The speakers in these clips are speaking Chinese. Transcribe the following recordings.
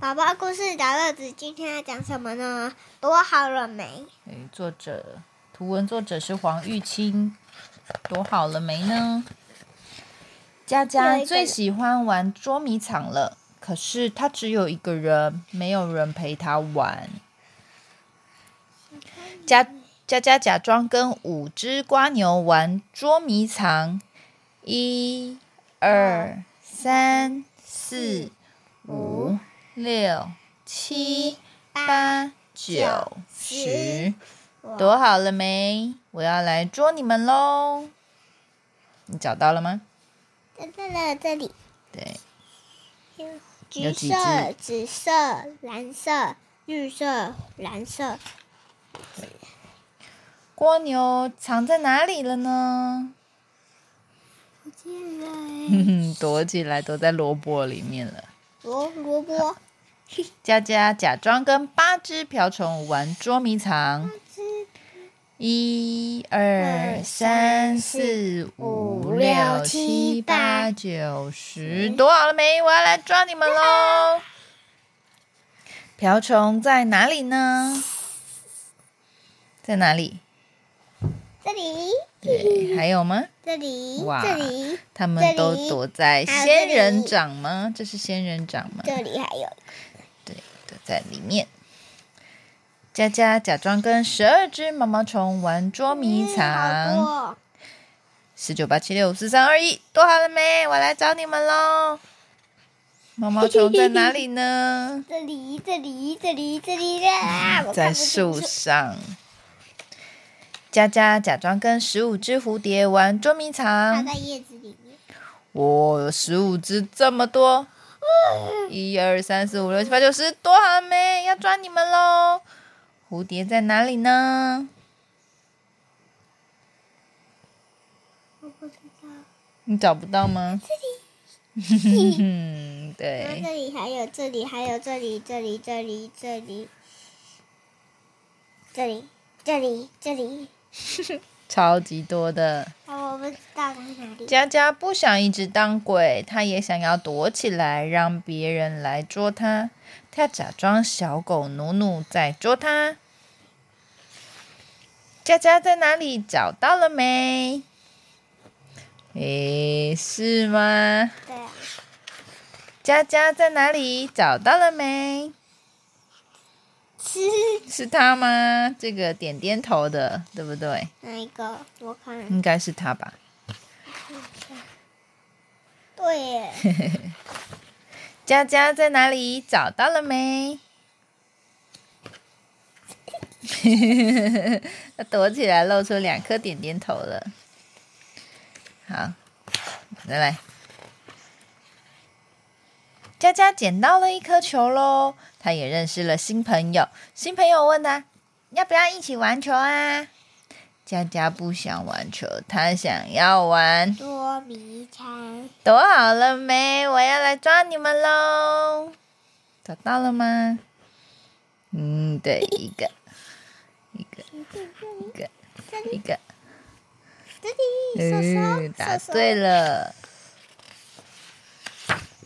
宝宝故事的乐子今天要讲什么呢？躲好了没？诶作者图文作者是黄玉清，躲好了没呢？佳有佳一个最人喜欢玩捉迷藏了，可是她只有一个人，没有人陪她玩。佳佳佳假装跟五只瓜牛玩捉迷藏，一、二、三、四、五、六、七、八、九、十。躲好了没？我要来捉你们喽！你找到了吗？在这了这里，对，橘几色只、紫色、蓝色、绿色、蓝色。蜗牛藏在哪里了呢？ 不见了哼欸，哼，躲起来，躲在萝卜里面了。萝萝卜，佳佳假装跟八只瓢虫玩捉迷藏，这一、二、三、四、五、六、七、八、九、十，躲好了没？我要来抓你们喽！瓢虫在哪里呢？在哪里？这里，对，还有吗？这里，哇这里，他这们里都躲在还有仙这人里掌吗？这是仙人掌吗？这里还有对，都在里面。佳佳假装跟十二只毛毛虫玩捉迷嗯好藏，多？十九八七六五四三二一，躲好了没？我来找你们喽！毛毛虫在哪里呢 这里，这里，这里，这里啦！啊我看在不清树楚上。佳佳假装跟十五只蝴蝶玩捉迷它藏，在叶子里面。我有十五只，这么多！一二三四五六七八九十，躲好了没？要抓你们喽！蝴蝶在哪里呢？我不知道。 你找不到吗？嗯，然后对，这里还有，这里还有，这里，这里，这里，这里，这里，这里，这里。超级多的。啊，我不知道在哪里。佳佳不想一直当鬼，她也想要躲起来，让别人来捉她。她假装小狗努努在捉她。佳佳在哪里？找到了没？诶，是吗？对啊，佳佳在哪里？找到了没？是是她吗？这个点点头的，对不对？哪一个？我看。应该是她吧。对耶，佳佳在哪里？找到了没？ 他躲起来，露出两颗点点头了。好，再来。佳佳捡到了一颗球喽，她也认识了新朋友。新朋友问她要不要一起玩球啊？佳佳不想玩球，她想要玩捉迷藏。躲好了没？我要来抓你们喽！找到了吗？嗯，对，一个，一个，一个，一个，这里，手嗯，手，答手手。对了。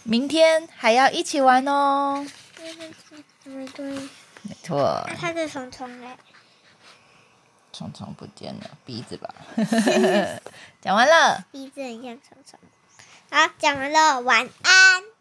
明天还要一起玩哦。嗯对，啊没错那，它是虫虫嘞。虫虫不见了，鼻子吧。 讲完了。鼻子很像虫虫。好，讲完了，晚安。